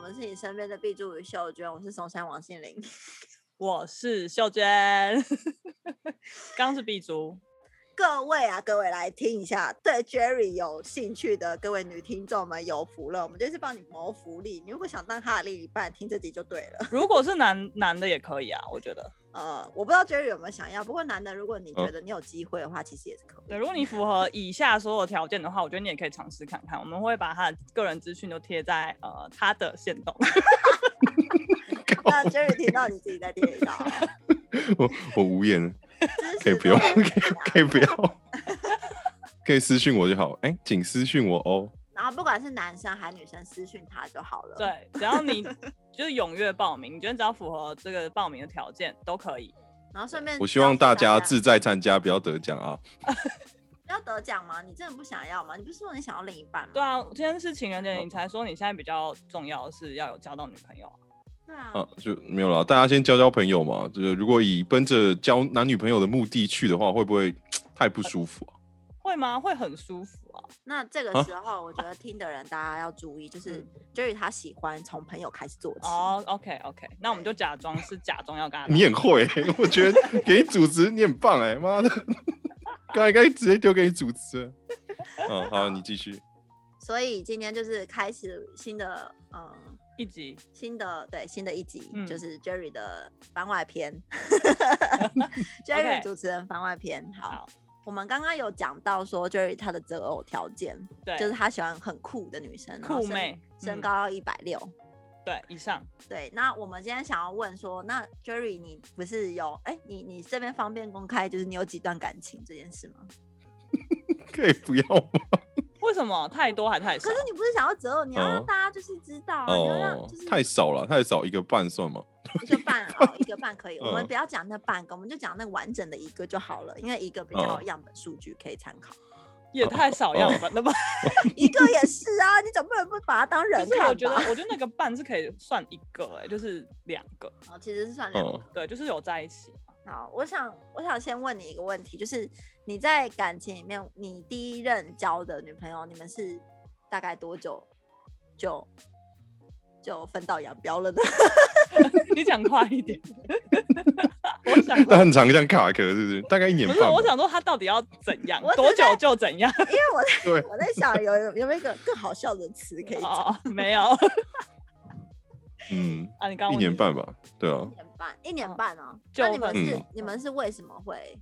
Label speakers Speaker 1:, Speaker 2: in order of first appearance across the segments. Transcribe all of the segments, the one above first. Speaker 1: 们是你身边的碧珠与秀娟，我是松山王心凌。
Speaker 2: 我是秀娟，刚是碧竹，
Speaker 1: 各位啊，各位来听一下，对 Jerry 有兴趣的各位女听众们有福了，我们就是帮你谋福利。你如果想当他的另一半，听这集就对了。
Speaker 2: 如果是男男的也可以啊，我觉得。
Speaker 1: 呃，我不知道 Jerry 有没有想要，不过男的，如果你
Speaker 3: 嗯
Speaker 1: 觉得你有机会的话，其实也是可以。
Speaker 2: 对，如果你符合以下所有条件的话，我觉得你也可以尝试看看。我们会把他的个人资讯都贴在呃他的线动。
Speaker 1: 那 Jerry 听到你自己再听一下，
Speaker 3: 哦 我我无言了，
Speaker 1: 啊支持
Speaker 3: 可以不用，
Speaker 1: 都
Speaker 3: 可
Speaker 1: 可
Speaker 3: 以
Speaker 1: 以啊
Speaker 3: 可以不要，可以私信我就好。哎、请私信我哦。
Speaker 1: 然后不管是男生还是女生，私讯他就好了。，
Speaker 2: 对，只要你就是踊跃报名，你觉得只要符合这个报名的条件都可以。
Speaker 1: 然后顺便
Speaker 3: 我希望大家
Speaker 1: 自
Speaker 3: 自在参加，不要得奖啊。
Speaker 1: 要得奖吗？你真的不想要吗？你不是说你想要另一半吗？
Speaker 2: 对啊，今天是情人节，你才说你现在比较重要的是要有交到女朋友啊。
Speaker 1: 对啊，
Speaker 3: 啊，就没有了。大家先交交朋友嘛。就是如果以奔着交男女朋友的目的去的话，会不会太不舒服啊？
Speaker 2: 会吗？会很舒服啊。
Speaker 1: 那这个
Speaker 3: 啊
Speaker 1: 时候我觉得听的人大家要注意，就是
Speaker 2: 嗯
Speaker 1: Jerry 他喜欢从朋友开始做起。
Speaker 2: 哦、o k OK，那我们就假装是假装要跟他。
Speaker 3: 你很会、欸，我觉得给你组织你很棒哎、妈的，刚才该直接丢给你组织了。嗯，好，你继续。
Speaker 1: 所以今天就是开始新的，嗯，
Speaker 2: 一集，
Speaker 1: 新的对新的一集，
Speaker 2: 嗯
Speaker 1: 就是 Jerry 的番外 篇
Speaker 2: OK
Speaker 1: ，Jerry 主持人番外篇。好，
Speaker 2: 好
Speaker 1: 我们刚刚有讲到说 Jerry 他的择偶条件，
Speaker 2: 对，
Speaker 1: 就是他喜欢很酷的女生，然后
Speaker 2: 酷
Speaker 1: 身
Speaker 2: 妹
Speaker 1: 身
Speaker 2: 嗯
Speaker 1: 高要一百六。
Speaker 2: 对以上。
Speaker 1: 对，那我们今天想要问说，那 Jerry 你不是有哎，你你这边方便公开，就是你有几段感情这件事吗？
Speaker 3: 可以不要吗？
Speaker 2: 为什么太多还太少
Speaker 1: 可是？你不是想要择偶，你要让
Speaker 3: 哦
Speaker 1: 大家就是知道啊，你要让
Speaker 3: 哦
Speaker 1: 就是，
Speaker 3: 太少了，太少一个半算吗？
Speaker 1: 一个半哦，一个半 可以，我们
Speaker 3: 嗯
Speaker 1: 不要讲那半个，我们就讲那完整的一个就好了，因为一个比较有
Speaker 3: 嗯
Speaker 1: 样本数据可以参考，
Speaker 2: 也太少样本了吧？
Speaker 1: 一个也是啊，你总不能不把它当 人
Speaker 2: 可是我
Speaker 1: 看
Speaker 2: 觉得，
Speaker 1: 吧？
Speaker 2: 我觉得那个半是可以算一个、哎，就是两个，
Speaker 1: 哦，其实是算两个
Speaker 3: 嗯，
Speaker 2: 对，就是有在一起。
Speaker 1: 好，我想我想先问你一个问题，就是你在感情里面，你第一任交的女朋友，你们是大概多久就就分道扬镳了呢？
Speaker 2: 你讲快一点， 我想
Speaker 3: 但很常这样卡壳，是不是？大概一年
Speaker 2: 不
Speaker 3: 半
Speaker 2: 是，
Speaker 3: 吧。
Speaker 2: 我想说他到底要怎样
Speaker 1: 我，只
Speaker 2: 多
Speaker 1: 是
Speaker 2: 久
Speaker 1: 在
Speaker 2: 就怎样？
Speaker 1: 因为我在
Speaker 3: 对，
Speaker 1: 我在想有 有有没有一个更好笑的词可以讲？
Speaker 2: 哦，没有
Speaker 3: 嗯，
Speaker 2: 啊，你刚刚
Speaker 3: 一
Speaker 2: 问
Speaker 3: 年
Speaker 2: 你
Speaker 3: 半吧。对啊
Speaker 1: 一。年半，一年半哦。
Speaker 2: 就
Speaker 1: 那你们
Speaker 3: 分
Speaker 1: 是、
Speaker 3: 手
Speaker 1: 你们是为什么会？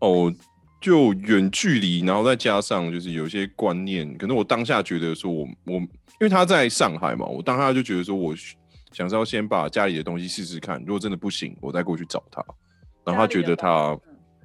Speaker 3: 哦，就远距离，然后再加上就是有一些观念，可能我当下觉得说我我，因为他在上海嘛，我当下就觉得说我需想是要先把家里的东西试试看，如果真的不行，我再过去找他。然后他觉得他，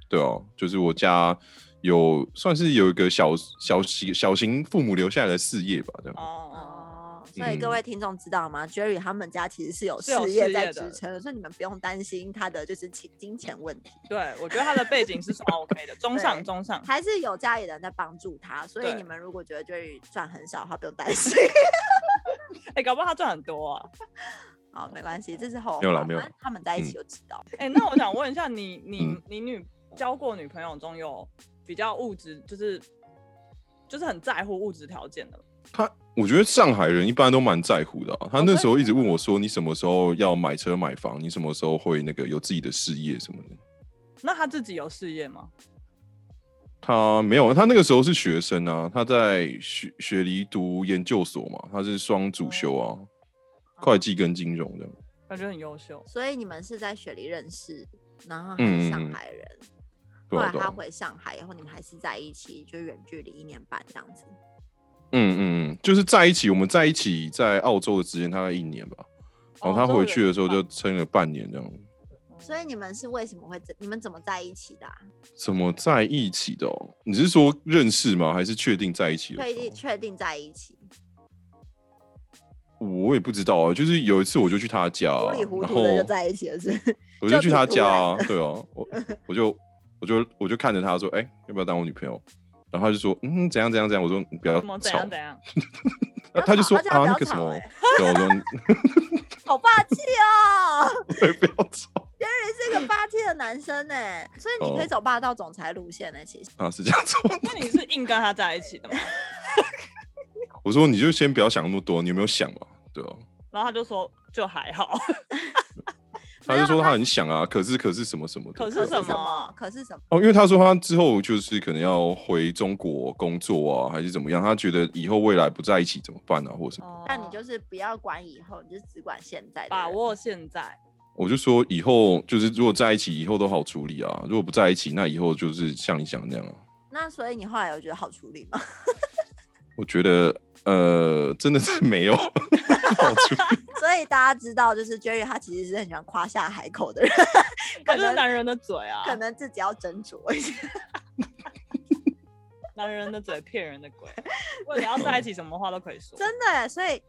Speaker 3: 对哦、就是我家有算是有一个小小型小型父母留下来的事业吧，这样。
Speaker 2: 哦，
Speaker 1: 哦，所以各
Speaker 3: 嗯
Speaker 1: 位听众知道吗、j e r r y 他们家其实是有
Speaker 2: 是有
Speaker 1: 事
Speaker 2: 事
Speaker 1: 业在
Speaker 2: 业的
Speaker 1: 支撑的，所以你们不用担心他的就是金金钱问题。
Speaker 2: 对，我觉得他的背景是算 OK 的，中上
Speaker 1: 对
Speaker 2: 中上。
Speaker 1: 还是有家里人在帮助他，所以
Speaker 2: 对
Speaker 1: 你们如果觉得 Jerry 赚很少的话，不用担心。
Speaker 2: 哎，搞不好他赚很多啊。
Speaker 1: 好，没关系，这是后话
Speaker 3: 没有啦没有
Speaker 1: 反正他们在一起
Speaker 3: 嗯
Speaker 1: 就知道。
Speaker 2: 哎，那我想问一下，你你
Speaker 3: 嗯
Speaker 2: 你女交过女朋友中有比较物质，就是就是很在乎物质条件的吗，
Speaker 3: 他我觉得上海人一般都蛮在乎的啊、他那时候一直问我说，你什么时候要买车买房？你什么时候会那个有自己的事业什么的？
Speaker 2: 那他自己有事业吗？
Speaker 3: 他没有，他那个时候是学生啊，他在雪雪梨读研究所嘛，他是双主修啊，会计跟金融的。
Speaker 2: 感觉很优秀。
Speaker 1: 所以你们是在雪梨认识，然后他是
Speaker 3: 嗯
Speaker 1: 上
Speaker 3: 嗯嗯
Speaker 1: 海人。后
Speaker 3: 对
Speaker 1: 来
Speaker 3: 啊对
Speaker 1: 他
Speaker 3: 啊，
Speaker 1: 回上海以后，你们还是在一起，就远距离一年半这样子。
Speaker 3: 嗯嗯嗯，就是在一起，我们在一起在澳洲的时间大概一年吧，
Speaker 2: 哦
Speaker 3: 然后他哦回去的时候就撑了半年这样。
Speaker 1: 所以你们是为什么会在？你们怎么在一起的、啊？
Speaker 3: 怎么在一起的、哦？你是说认识吗？还是确定在一起的时
Speaker 1: 确
Speaker 3: 候？
Speaker 1: 定确定在一起，
Speaker 3: 我也不知道啊，就是有一次我就去他家、
Speaker 1: 糊
Speaker 3: 啊，
Speaker 1: 里糊
Speaker 3: 然
Speaker 1: 涂的就
Speaker 3: 后
Speaker 1: 在一起了是不是？
Speaker 3: 我就去他家、啊，对啊，我我就我就我就看着他说，哎、要不要当我女朋友？然后他就说，嗯，怎样怎样怎样。我说你不要
Speaker 2: 怎么怎
Speaker 3: 吵
Speaker 2: 样，怎样？
Speaker 3: 啊他就说
Speaker 1: 他叫他
Speaker 3: 啊
Speaker 1: 不要
Speaker 3: 那个什
Speaker 1: 吵
Speaker 3: 么
Speaker 1: 欸，
Speaker 3: 对，我说你
Speaker 1: 好霸气哦！
Speaker 3: 对不要吵
Speaker 1: 你是一个霸气的男生呢、欸所以你可以
Speaker 3: 哦
Speaker 1: 走霸道总裁路线呢、其实。
Speaker 3: 啊，是这样子。
Speaker 2: 那你是硬跟他在一起的吗？
Speaker 3: 我说你就先不要想那么多，你有没有想嘛？对啊，
Speaker 2: 然后他就说就还好，
Speaker 3: 他就说他很想啊，可是可是什么什么的，
Speaker 2: 可
Speaker 1: 可
Speaker 2: 是
Speaker 1: 是
Speaker 2: 什
Speaker 1: 什么
Speaker 2: 么？
Speaker 1: 可是什么？
Speaker 3: 哦，因为他说他之后就是可能要回中国工作啊，还是怎么样？他觉得以后未来不在一起怎么办啊，或者什么？
Speaker 2: 哦
Speaker 1: 那你就是不要管以后，你就只管现在的
Speaker 2: 把
Speaker 1: 人。
Speaker 2: 握现在，
Speaker 3: 我就说以后就是如果在一起，以后都好处理啊；如果不在一起，那以后就是像你想那样啊。
Speaker 1: 那所以你后来有觉得好处理吗？
Speaker 3: 我觉得呃，真的是 没有好处理。啊
Speaker 1: 所以大家知道，就是 Jerry 他其实是很喜欢夸下海口的人，
Speaker 2: 可
Speaker 1: 可
Speaker 2: 是
Speaker 1: 能
Speaker 2: 男人的嘴啊，
Speaker 1: 可能自己要斟酌一下。
Speaker 2: 男人的嘴骗人的 鬼。为了要在一 起，什么话都可以说。
Speaker 1: 真的耶，所以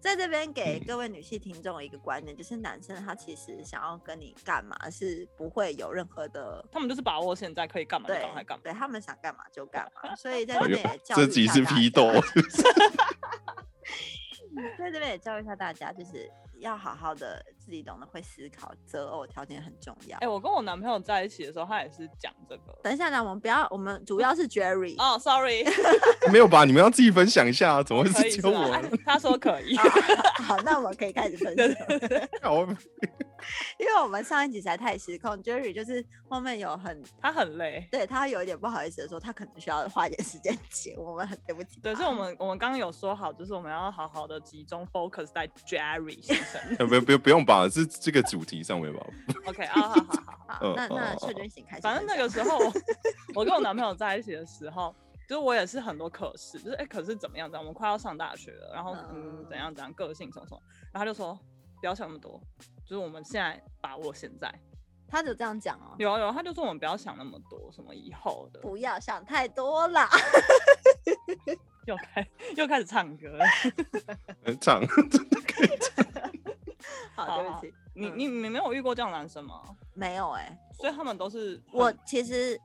Speaker 1: 在这边给各位女性听众一个观念，就是男生他其实想要跟你干嘛是不会有任何的。
Speaker 2: 他们就是把握现在，可以干嘛就
Speaker 1: 对
Speaker 2: 赶快干嘛。
Speaker 1: 对，他们想干嘛就干 嘛，所以在这
Speaker 3: 哎呦
Speaker 1: 边也教育
Speaker 3: 这集
Speaker 1: 一下
Speaker 3: 是
Speaker 1: 大
Speaker 3: 批
Speaker 1: 家
Speaker 3: 斗，
Speaker 1: 在这边也教育一下大家，就是要好好的自己懂得会思考，择偶条件很重要
Speaker 2: 哎、。我跟我男朋友在一起的时候，他也是讲这个。
Speaker 1: 等一下呢，我们不要，我们主要是 Jerry。
Speaker 2: 哦、s o r r y
Speaker 3: 没有吧？你们要自己分享一下啊，怎么会
Speaker 2: 可以
Speaker 3: 是
Speaker 2: 是
Speaker 3: 只有我
Speaker 2: 吧？ 他说可以
Speaker 1: 啊。好，那我们可以开始分享
Speaker 2: 对
Speaker 1: 了，
Speaker 2: 对对
Speaker 3: 呢？
Speaker 1: 因为我们上一集实在太失控，Jerry 就是后面有很
Speaker 2: 他很累。
Speaker 1: 对他有一点不好意思的说，他可能需要花一点时间解，我们很对不起他。
Speaker 2: 对，所以我们我们刚刚有说好，就是我们要好好的集中 focus 在 Jerry 先生。
Speaker 3: 不不不用吧，是这个主题上面吧？
Speaker 2: OK，啊，好好好。
Speaker 1: 好
Speaker 3: 嗯，
Speaker 1: 那
Speaker 3: 好
Speaker 1: 那
Speaker 3: 好
Speaker 1: 秀娟请开始分享。
Speaker 2: 反正那个时候我，我跟我男朋友在一起的时候，就是我也是很多可是，就是哎、可是怎么样？怎样？我们快要上大学了，然后嗯
Speaker 1: 嗯
Speaker 2: 怎样怎样，个性什么什么，然后他就说不要想那么多，就是我们现在把握现在。
Speaker 1: 他就这样讲哦，
Speaker 2: 有啊有啊，他就说我们不要想那么多，什么以后的，
Speaker 1: 不要想太多啦。
Speaker 2: 又开又开始唱歌了。
Speaker 3: 唱
Speaker 1: 好，对不起，
Speaker 2: 你
Speaker 1: 嗯
Speaker 2: 你你没有遇过这样的男生吗？
Speaker 1: 没有哎、
Speaker 2: 所以他们都是
Speaker 1: 我
Speaker 3: 嗯
Speaker 2: 很
Speaker 1: 其实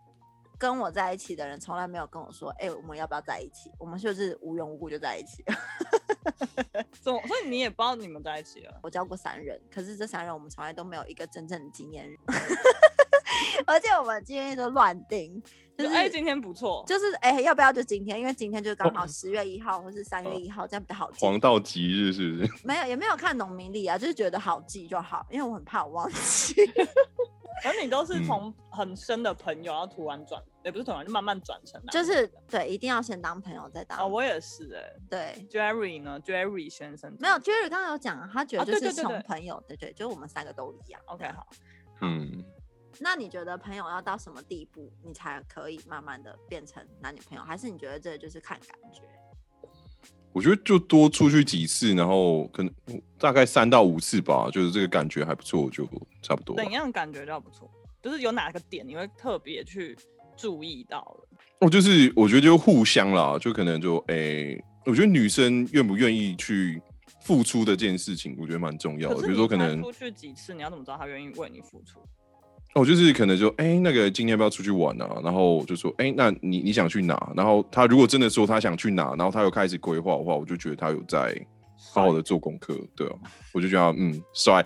Speaker 1: 跟我在一起的人从来没有跟我说，哎、我们要不要在一起？我们就是无缘无故就在一起了。
Speaker 2: 所以所以你也不知道你们在一起了。
Speaker 1: 我交过三任，可是这三任我们从来都没有一个真正的经验人， 而且我们今天都乱定，就
Speaker 2: 就是哎、今天不错，
Speaker 1: 就是哎、要不要就今天？因为今天就刚好十月一号或是三月
Speaker 3: 哦
Speaker 1: 一号，这样比较好记。
Speaker 3: 黄道吉日是不是？
Speaker 1: 没有也没有看农民历啊，就是觉得好记就好，因为我很怕我忘 记。
Speaker 2: 而你都
Speaker 3: 嗯
Speaker 2: 是从很深的朋友，然后突然转，也不是突然，就慢慢转成男
Speaker 1: 就
Speaker 2: 朋友
Speaker 1: 是对，一定要先当朋友再当。
Speaker 3: 哦
Speaker 2: 啊、我也是哎、
Speaker 1: 对，
Speaker 2: Jerry 呢？Jerry 先生
Speaker 1: 没有 Jerry 刚刚有讲啊，他觉
Speaker 2: 啊
Speaker 1: 得
Speaker 2: 对
Speaker 1: 就
Speaker 2: 对
Speaker 1: 是
Speaker 2: 对
Speaker 1: 从
Speaker 2: 对
Speaker 1: 朋友，对对就是我们三个都一样。啊
Speaker 2: ？OK，好，
Speaker 3: 嗯，
Speaker 1: 那你觉得朋友要到什么地步，你才可以慢慢的变成男女朋友？还是你觉得这就是看感觉？
Speaker 3: 我觉得就多出去几次，然后可能大概三到五次吧，就是这个感觉还不错，就差不多啊了。
Speaker 2: 怎样感觉到不错？就是有哪个点你会特别去注意到了？
Speaker 3: 我哦就是我觉得就互相啦，就可能就诶、我觉得女生愿不愿意去付出的这件事情，我觉得蛮重要的。
Speaker 2: 是
Speaker 3: 比如
Speaker 2: 你
Speaker 3: 说可
Speaker 2: 才
Speaker 3: 能
Speaker 2: 出去几次，你要怎么知道他愿意为你付出？
Speaker 3: 哦，就是可能就哎、那个今天要不要出去玩啊？然后我就说哎、那你你想去哪？然后他如果真的说他想去哪，然后他又开始规划的话，我就觉得他有在好好的做功课，对啊，我就觉得他嗯帅，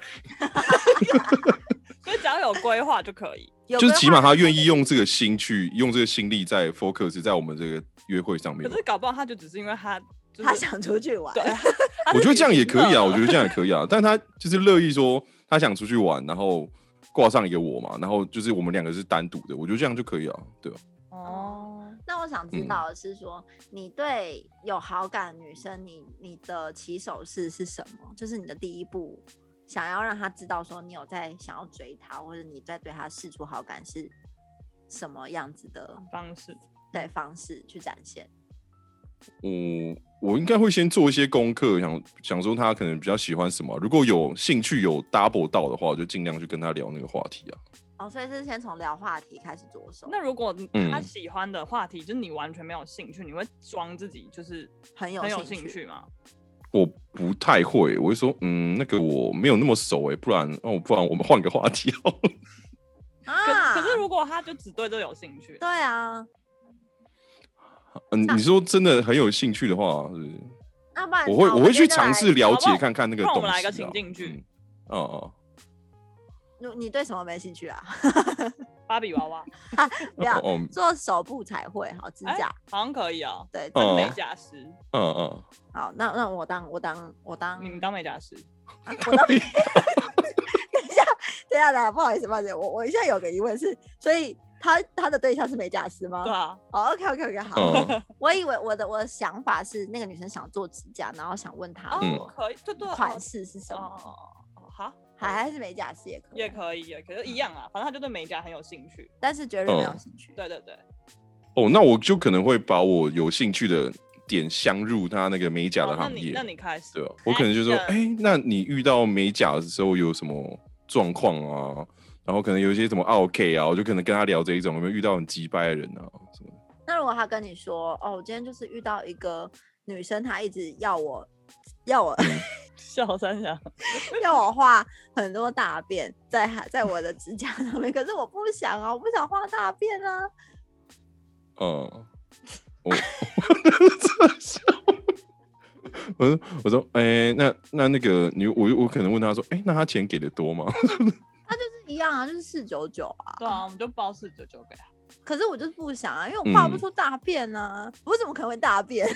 Speaker 2: 所以只要有规划就可以。
Speaker 1: 有
Speaker 3: 就是
Speaker 1: 规
Speaker 3: 起
Speaker 1: 划
Speaker 3: 码他
Speaker 1: 就
Speaker 3: 愿
Speaker 1: 可
Speaker 3: 意
Speaker 1: 以
Speaker 3: 用这个心去用这个心力在 focus 在我们这个约会上面啊
Speaker 2: 可。是搞不好他就只是因为他就是
Speaker 1: 他想出去玩
Speaker 2: 对，，
Speaker 3: 我觉得这样也可以啊，我觉
Speaker 2: 得
Speaker 3: 得这样也可以啊。但他就是乐意说他想出去玩，然后挂上一个我嘛，然后就是我们两个是单独的，我觉得这样就可以啊，对吧、
Speaker 2: 哦，
Speaker 1: 那我想知
Speaker 3: 嗯
Speaker 1: 道的是说，你对有好感的女生，你你的起手式是什么？就是你的第一步，想要让她知道说你有在想要追她，或者你在对她示出好感是什么样子的
Speaker 2: 方式
Speaker 1: 对方式去展现。
Speaker 3: 我我应该会先做一些功课，想想说他可能比较喜欢什么啊、如果有兴趣有 double 到的话，我就尽量去跟他聊那个话题啊。
Speaker 1: 哦，所以是先从聊话题开始着手，
Speaker 2: 那如果
Speaker 3: 嗯
Speaker 2: 他喜欢的话题、就是你完全没有兴趣，你会装自己就是
Speaker 1: 很有
Speaker 2: 很有
Speaker 1: 兴
Speaker 2: 兴
Speaker 1: 趣
Speaker 2: 趣吗？
Speaker 3: 我不太会，我会说，嗯，那个我没有那么熟诶、不然哦，不然我们换个话题 好了。
Speaker 2: 可
Speaker 1: 啊
Speaker 2: 可是如果他就只对这有兴趣，
Speaker 1: 对啊，
Speaker 3: 嗯，你说真的很有兴趣的话，是不是
Speaker 1: 那不然
Speaker 3: 我会
Speaker 1: 好
Speaker 3: 我会
Speaker 1: 们
Speaker 3: 去
Speaker 1: 就
Speaker 3: 尝
Speaker 1: 来
Speaker 3: 试了
Speaker 2: 好不
Speaker 3: 解
Speaker 2: 好
Speaker 3: 看看那个
Speaker 2: 让
Speaker 3: 东
Speaker 2: 我
Speaker 3: 西、啊。
Speaker 2: 们来个情境剧
Speaker 3: 嗯。哦哦，
Speaker 1: 如你对什么没兴趣啊？
Speaker 2: 芭比娃娃，
Speaker 1: 不要
Speaker 3: 哦
Speaker 1: 做手部彩绘，好指
Speaker 2: 哎
Speaker 1: 甲，
Speaker 2: 好像可以哦。
Speaker 1: 对，
Speaker 3: 哦
Speaker 2: 当
Speaker 1: 指
Speaker 2: 美
Speaker 1: 甲
Speaker 2: 甲师，
Speaker 3: 嗯嗯，
Speaker 1: 好，那那我当我当我当
Speaker 2: 你们当美甲师，
Speaker 1: 啊我当等一下，等一下，等一下，不好意思，不好意思，我我现在有个疑问是，所以他他的对象是美甲师吗
Speaker 2: 对？啊，
Speaker 1: 哦，OK OK OK，好，
Speaker 3: 嗯
Speaker 1: 我以为我的我的想法是那个女生想做指甲，然后想问他
Speaker 3: 嗯
Speaker 2: 哦，可以，对对，
Speaker 1: 款
Speaker 2: 哦
Speaker 1: 式是什
Speaker 2: 哦
Speaker 1: 么，
Speaker 2: 哦哦，好，
Speaker 1: 还还是美甲师也可以，
Speaker 2: 也可以，也可以，就一样啊，反正他就对美甲很有兴趣。
Speaker 1: 但是绝对没有
Speaker 3: 嗯
Speaker 1: 兴趣。
Speaker 2: 对对对，
Speaker 3: 哦，那我就可能会把我有兴趣的点镶入他那个美甲
Speaker 2: 好
Speaker 3: 的
Speaker 2: 哦那
Speaker 3: 行
Speaker 2: 你
Speaker 3: 业，
Speaker 2: 那你开始
Speaker 3: 对啊，我可能就说，
Speaker 2: 哎
Speaker 3: 哎、那你遇到美甲的时候有什么状况啊？然后可能有一些什么 OK 啊，我就可能跟他聊这一种，有没有遇到很鸡掰的人啊什么的？
Speaker 1: 那如果他跟你说，哦，我今天就是遇到一个女生，她一直要我要
Speaker 2: 嗯
Speaker 1: 我
Speaker 3: 哎
Speaker 2: 笑三下，
Speaker 1: 要我画很多大便在她在我的指甲上面，可是我不想啊，我不想画大便啊。
Speaker 3: 嗯，我 我说我说，哎、那那那个你我我可能问他说，哎、那他钱给的多吗？
Speaker 1: 他就是一样啊，就是四九九啊。
Speaker 2: 对啊，我们就包四九九给他。
Speaker 1: 可是我就是不想啊，因为我画不
Speaker 3: 嗯
Speaker 1: 出大便啊，我怎么可能会大便？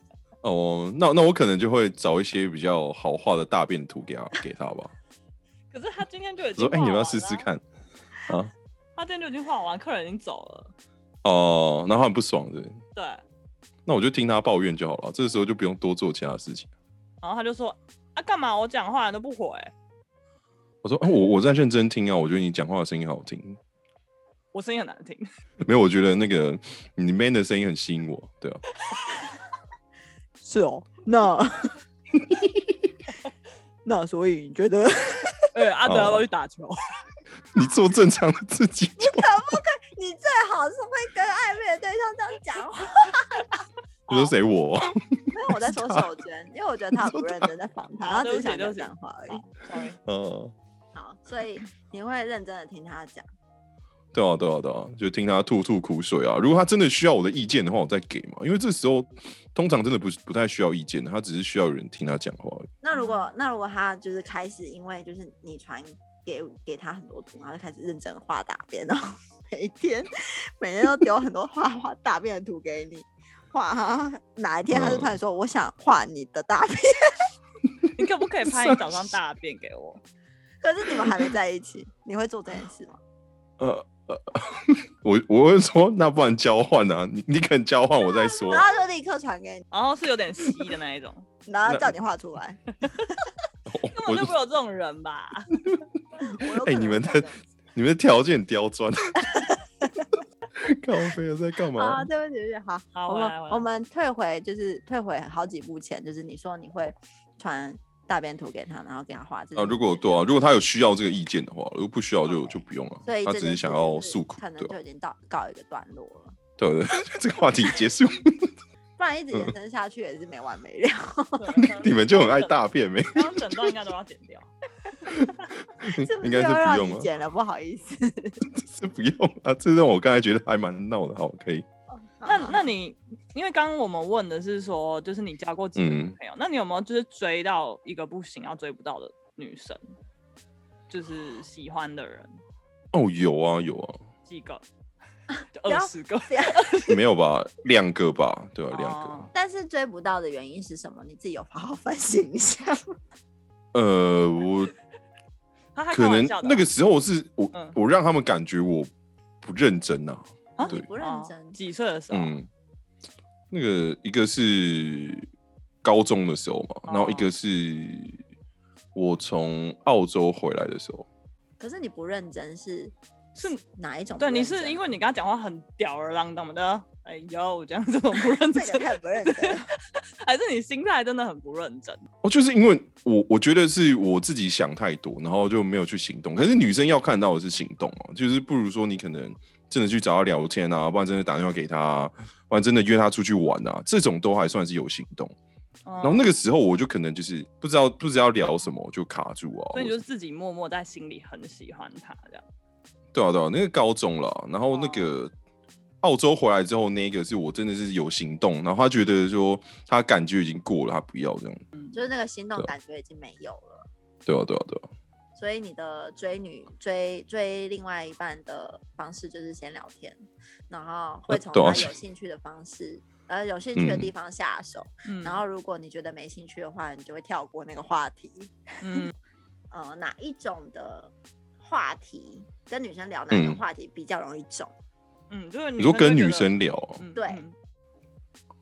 Speaker 3: 哦，那那我可能就会找一些比较好画的大便图给他给他吧。
Speaker 2: 可是他今天就已
Speaker 3: 我
Speaker 2: 经
Speaker 3: 说，哎、
Speaker 2: 画
Speaker 3: 你要不要
Speaker 2: 完
Speaker 3: 试试
Speaker 2: 啦？
Speaker 3: 看啊？
Speaker 2: 他今天就已经画完，客人已经走了。
Speaker 3: 哦，然后他很不爽对不对。
Speaker 2: 对，
Speaker 3: 那我就听他抱怨就好了，这个时候就不用多做其他事情。
Speaker 2: 然后他就说啊，干嘛我讲话你都不回？
Speaker 3: 我说，啊我我在认真听啊，我觉得你讲话的声音好听，
Speaker 2: 我声音很难听，
Speaker 3: 没有，我觉得那个你 man 的声音很吸引我，对啊，
Speaker 1: 是哦，那 那所以你觉 得
Speaker 2: 哎，阿德
Speaker 3: 哦
Speaker 2: 要不要去打球？
Speaker 3: 你做正常的自己就。
Speaker 1: 你最好是会跟暧昧的对象这样讲话？
Speaker 3: 你说谁我？啊
Speaker 1: 没有，我在说手娟，因为我觉得他不认真在访谈，
Speaker 2: 啊
Speaker 1: 他
Speaker 2: 对
Speaker 1: 只是
Speaker 2: 不起
Speaker 1: 想
Speaker 2: 对不
Speaker 1: 讲
Speaker 2: 起
Speaker 1: 讲话而已。
Speaker 2: Sorry
Speaker 3: 嗯，
Speaker 1: 好，所以你会认真的听他讲。
Speaker 3: 对啊，对啊，对啊，就听他吐吐苦水啊。如果他真的需要我的意见的话，我再给嘛，因为这时候通常真的不是不太需要意见的，他只是需要有人听他讲话而已。
Speaker 1: 那如果那如果他就是开始，因为就是你传给给他很多图，然后就开始认真画大便，然后 每天每天都丢很多画画大便的图给你。画哪一天
Speaker 3: 嗯
Speaker 1: 他就突然说：“我想画你的大便
Speaker 2: 你可不可以拍你早上大便给我？”，
Speaker 1: 可是你们还没在一起，你会做这件事吗？
Speaker 3: 呃呃，我我会说，那不然交换啊， 你你肯交换我再说
Speaker 1: 然。后他就立刻传给
Speaker 2: 然后是有点稀的那一种，
Speaker 1: 你，然后
Speaker 3: 那
Speaker 1: 叫你画出 来。
Speaker 2: 根
Speaker 3: 哦我
Speaker 2: 本就不会有这种人吧？
Speaker 1: 我有可
Speaker 3: 哎你
Speaker 1: 能
Speaker 3: 们
Speaker 1: 会这
Speaker 3: 的
Speaker 1: 样
Speaker 3: 你们的条件很刁钻。 靠飞在干嘛
Speaker 1: 啊，？对不起，对不起，好，
Speaker 2: 好啊
Speaker 1: 我
Speaker 2: 回来
Speaker 1: 们
Speaker 2: 回
Speaker 1: 我
Speaker 2: 来
Speaker 1: 们退回，就是退回好几步前，就是你说你会传大便图给他，然后给他画这
Speaker 3: 啊，
Speaker 1: 件
Speaker 3: 如果对啊，如果他有需要这个意见的话，如果不需要就就不用了、
Speaker 1: 所以
Speaker 3: 他
Speaker 1: 这
Speaker 3: 只
Speaker 1: 件
Speaker 3: 是
Speaker 1: 事
Speaker 3: 想
Speaker 1: 就
Speaker 3: 要
Speaker 1: 是
Speaker 3: 诉苦
Speaker 1: 可，能
Speaker 3: 对啊
Speaker 1: 就已经到告一个段落了，
Speaker 3: 对对， 这个话题结束，
Speaker 1: 不然一直
Speaker 3: 嗯
Speaker 1: 延伸下去也是没完没了。
Speaker 2: 对
Speaker 3: 你们就很爱大便没？
Speaker 2: 刚刚整段应该都要剪掉。
Speaker 1: 是不
Speaker 3: 应该
Speaker 1: 是
Speaker 3: 是
Speaker 1: 又让
Speaker 3: 不用
Speaker 1: 你
Speaker 3: 啊，
Speaker 1: 剪了？不好意 思。
Speaker 3: 是不用啊。 这让我刚才觉得还蛮闹的，好，可以。
Speaker 2: 那那你因为刚刚我们问的是说，就是你交过几个女
Speaker 3: 嗯
Speaker 2: 朋友？那你有没有就是追到一个不行要追不到的女生？就是喜欢的人
Speaker 3: 哦，有啊有啊，
Speaker 2: 几个？就
Speaker 1: 不要
Speaker 2: 二十个。
Speaker 3: 没有吧？两个吧，对啊，两
Speaker 2: 哦
Speaker 3: 个。
Speaker 1: 但是追不到的原因是什么？你自己有好好反省一下。
Speaker 3: 呃，我
Speaker 2: 他还开
Speaker 3: 可
Speaker 2: 玩
Speaker 3: 能
Speaker 2: 笑的啊
Speaker 3: 那个时候我是我
Speaker 2: 嗯
Speaker 3: 我让他们感觉我不认真啊，
Speaker 2: 啊
Speaker 3: 对
Speaker 1: 你，不认
Speaker 2: 哦
Speaker 1: 真，
Speaker 2: 几岁的时候？
Speaker 3: 嗯，那个一个是高中的时候嘛，然后一
Speaker 2: 哦
Speaker 3: 个是我从澳洲回来的时候，
Speaker 1: 可是你不认真是
Speaker 2: 是
Speaker 1: 哪一种不
Speaker 2: 对，
Speaker 1: 认真？啊
Speaker 2: 你是因为你跟他讲话很吊儿郎当的，哎呦，这样这种不认
Speaker 1: 这个
Speaker 2: 真，
Speaker 1: 太不认 真了。
Speaker 2: 还是你心态真的很不认真？
Speaker 3: 哦，就是因为我我觉得是我自己想太多，然后就没有去行动。可是女生要看到的是行动哦，就是不如说你可能真的去找她聊天啊，不然真的打电话给她、啊，不然真的约她出去玩啊，这种都还算是有行动。
Speaker 2: 然
Speaker 3: 然后那个时候我就可能就是不知道不知道聊什么，我就卡住啊。
Speaker 2: 所以你
Speaker 3: 或
Speaker 2: 就
Speaker 3: 者
Speaker 2: 自己默默在心里很喜欢他这样。
Speaker 3: 对啊，对啊，那个高中了，然后那
Speaker 2: 哦
Speaker 3: 个澳洲回来之后，那个是我真的是有行动，然后他觉得说他感觉已经过了，他不要这样，
Speaker 1: 就是那个心动
Speaker 3: 对
Speaker 1: 感觉已经没有了。
Speaker 3: 对啊，对啊，对啊，
Speaker 1: 所以你的追女追追另外一半的方式就是先聊天，然后会从他
Speaker 3: 多少
Speaker 1: 有
Speaker 3: 钱
Speaker 1: 兴趣的方式，呃，有兴趣的地方下手。
Speaker 2: 嗯，
Speaker 1: 然后如果你觉得没兴趣的话，你就会跳过那个话题。
Speaker 2: 嗯，
Speaker 1: 呃，哪一种的话题跟女生聊哪一种
Speaker 3: 嗯
Speaker 1: 话题比较容易中？
Speaker 2: 嗯，就是
Speaker 3: 你说跟女
Speaker 2: 就觉得
Speaker 3: 生聊哦，
Speaker 2: 嗯
Speaker 1: 对
Speaker 2: 嗯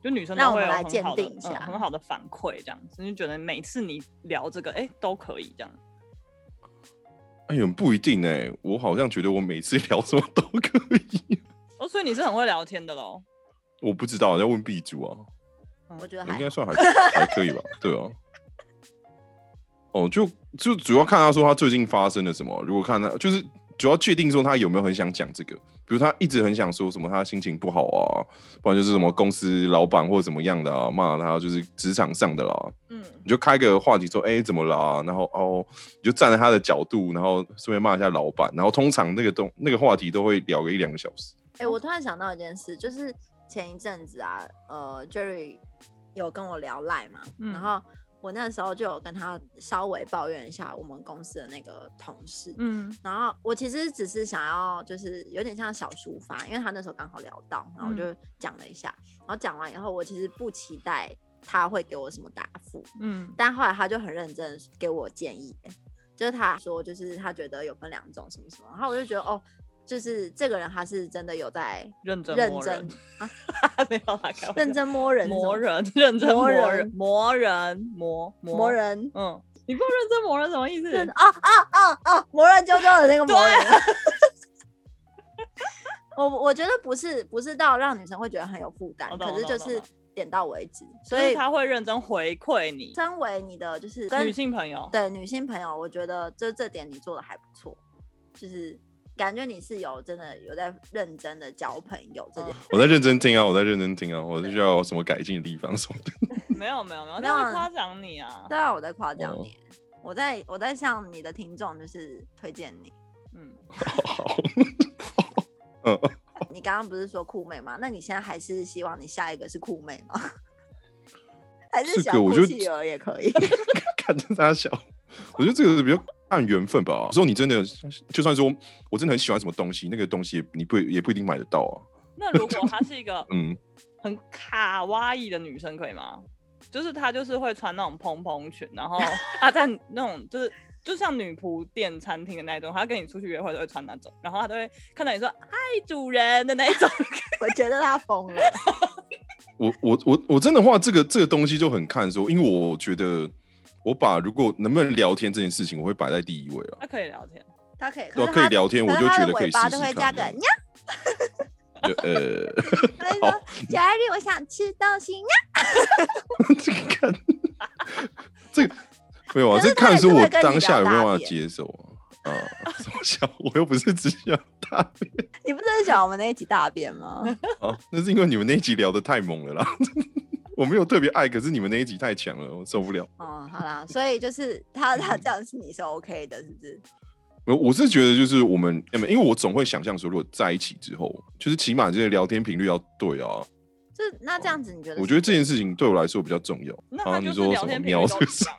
Speaker 2: 就女生都
Speaker 1: 让我
Speaker 2: 会
Speaker 1: 们
Speaker 2: 有
Speaker 1: 来
Speaker 2: 很
Speaker 1: 鉴
Speaker 2: 好的
Speaker 1: 定一下
Speaker 2: 嗯很好的反馈，这样子你就觉得每次你聊这个，哎、都可以这样。
Speaker 3: 哎呦，不一定哎、我好像觉得我每次聊什么都可以，
Speaker 2: 哦，所以你是很会聊天的喽。
Speaker 3: 我不知道，要问 B 主啊，
Speaker 1: 我觉得
Speaker 3: 我应
Speaker 1: 还
Speaker 3: 该
Speaker 1: 好
Speaker 3: 算还 还可以吧，对啊。哦，就就主要看他说他最近发生了什么，如果看他就是主要确定说他有没有很想讲这个，比如他一直很想说什么他心情不好啊，不然就是什么公司老板或怎么样的啊，骂他就是职场上的啦，
Speaker 2: 嗯，
Speaker 3: 你就开个话题说，哎、怎么啦？然后哦，你就站在他的角度，然后顺便骂一下老板，然后通常那个东那个话题都会聊个一两个小时。
Speaker 1: 哎、我突然想到一件事，就是前一阵子啊，呃，Jerry 有跟我聊赖嘛，
Speaker 2: 嗯
Speaker 1: 然后我那时候就有跟他稍微抱怨一下我们公司的那个同事，
Speaker 2: 嗯
Speaker 1: 然后我其实只是想要就是有点像小抒发，因为他那时候刚好聊到，然后我
Speaker 2: 嗯
Speaker 1: 就讲了一下，然后讲完以后，我其实不期待他会给我什么答复，
Speaker 2: 嗯
Speaker 1: 但后来他就很认真地给我建议，就是他说，就是他觉得有分两种什么什么，然后我就觉得哦，就是这个人他是真的有在
Speaker 2: 认真
Speaker 1: 认
Speaker 2: 摸人
Speaker 1: 真
Speaker 2: 没有啦，开玩笑
Speaker 1: 认真摸 人
Speaker 2: 磨
Speaker 1: 什么
Speaker 2: 人，认真
Speaker 1: 磨
Speaker 2: 磨
Speaker 1: 人
Speaker 2: 人，磨人，磨磨
Speaker 1: 磨，人。
Speaker 2: 嗯，你不知道认真磨人什么意思？
Speaker 1: 认啊啊啊啊！磨人啾啾的 那个磨人，我我觉得不是不是到让女生会觉得很有负担
Speaker 2: 我，懂
Speaker 1: 可是
Speaker 2: 我
Speaker 1: 就
Speaker 2: 懂我
Speaker 1: 是
Speaker 2: 懂
Speaker 1: 点到为止。所
Speaker 2: 就是
Speaker 1: 以
Speaker 2: 他会认真回馈你，
Speaker 1: 身为你的就是
Speaker 2: 女
Speaker 1: 跟
Speaker 2: 性朋友，
Speaker 1: 对女性朋友，我觉得就这点你做的还不错，就是感觉你是有真的有在认真的交朋友这件。
Speaker 3: 我在认真听啊，我在认真听啊，我就需要有什么改进的地方什么的。
Speaker 2: 没有没有没有，
Speaker 1: 没有
Speaker 2: 他会夸奖你啊
Speaker 1: 对，啊，我在夸奖
Speaker 3: 哦
Speaker 1: 你，我在我在向你的听众就是推荐你。
Speaker 2: 嗯，
Speaker 3: 好，嗯，
Speaker 1: 你刚刚不是说酷妹吗？那你现在还是希望你下一个是酷妹吗？ 还是
Speaker 3: 这
Speaker 1: 小
Speaker 3: 个我
Speaker 1: 酷
Speaker 3: 就
Speaker 1: 企鹅也可以？
Speaker 3: 看着他笑，我觉得这个是比较按缘分吧。说你真的，就算说我真的很喜欢什么东西，那个东西也你不也不一定买得到啊。
Speaker 2: 那如果她是一个
Speaker 3: 嗯，
Speaker 2: 很卡哇伊的女生，可以吗？就是她就是会穿那种蓬蓬裙，然后她在那种就是。就像女仆店、餐厅的那一种，她跟你出去约会都会穿那种，然后她都会看到你说“嗨，主人”的 那一种，
Speaker 1: 我觉得他疯了。
Speaker 3: 我我我我真的话，这个这个东西就很看说，因为我觉得我把如果能不能聊天这件事情，我会摆在第一位啊。
Speaker 2: 她可以聊天。
Speaker 1: 他可以，
Speaker 3: 对啊，
Speaker 1: 是
Speaker 3: 可以
Speaker 1: 他
Speaker 3: 聊天，我
Speaker 1: 可
Speaker 3: 就是
Speaker 1: 他
Speaker 3: 觉
Speaker 1: 的
Speaker 3: 得可
Speaker 1: 尾
Speaker 3: 以试
Speaker 1: 巴都会
Speaker 3: 试
Speaker 1: 加
Speaker 3: 看
Speaker 1: 个
Speaker 3: 啊。
Speaker 1: 呀，
Speaker 3: 就呃，
Speaker 1: 他会说小艾丽，我想吃东西呀。
Speaker 3: 这个看，这个没有啊，
Speaker 1: 可
Speaker 3: 这
Speaker 1: 是他
Speaker 3: 看
Speaker 1: 也是
Speaker 3: 是我
Speaker 1: 会跟你
Speaker 3: 当下有
Speaker 1: 聊
Speaker 3: 没有
Speaker 1: 大
Speaker 3: 办法
Speaker 1: 便
Speaker 3: 接受啊。 啊，我想我又不是只想大便
Speaker 1: 你不是很喜欢我们那一集大便 吗？
Speaker 3: 啊，那是因为你们那一集聊的太猛了啦。 我没有特别爱，可是你们那一集太强了，我受不了。
Speaker 1: 哦，好啦，所以就是他
Speaker 3: 嗯
Speaker 1: 他这样是你是 OK 的，是不是？
Speaker 3: 我我是觉得就是我们，因为我总会想象说，如果在一起之后，就是起码这个聊天频率要对啊。
Speaker 1: 就那这样子，你觉得是？
Speaker 3: 我觉得这件事情对我来说比较重要。
Speaker 2: 那
Speaker 3: 啊，
Speaker 2: 他
Speaker 3: 你
Speaker 2: 就是
Speaker 3: 说什
Speaker 2: 聊
Speaker 3: 么
Speaker 2: 天频
Speaker 3: 喵
Speaker 2: 率
Speaker 3: 是
Speaker 2: 都
Speaker 3: 不
Speaker 2: 一
Speaker 3: 是？
Speaker 2: 样。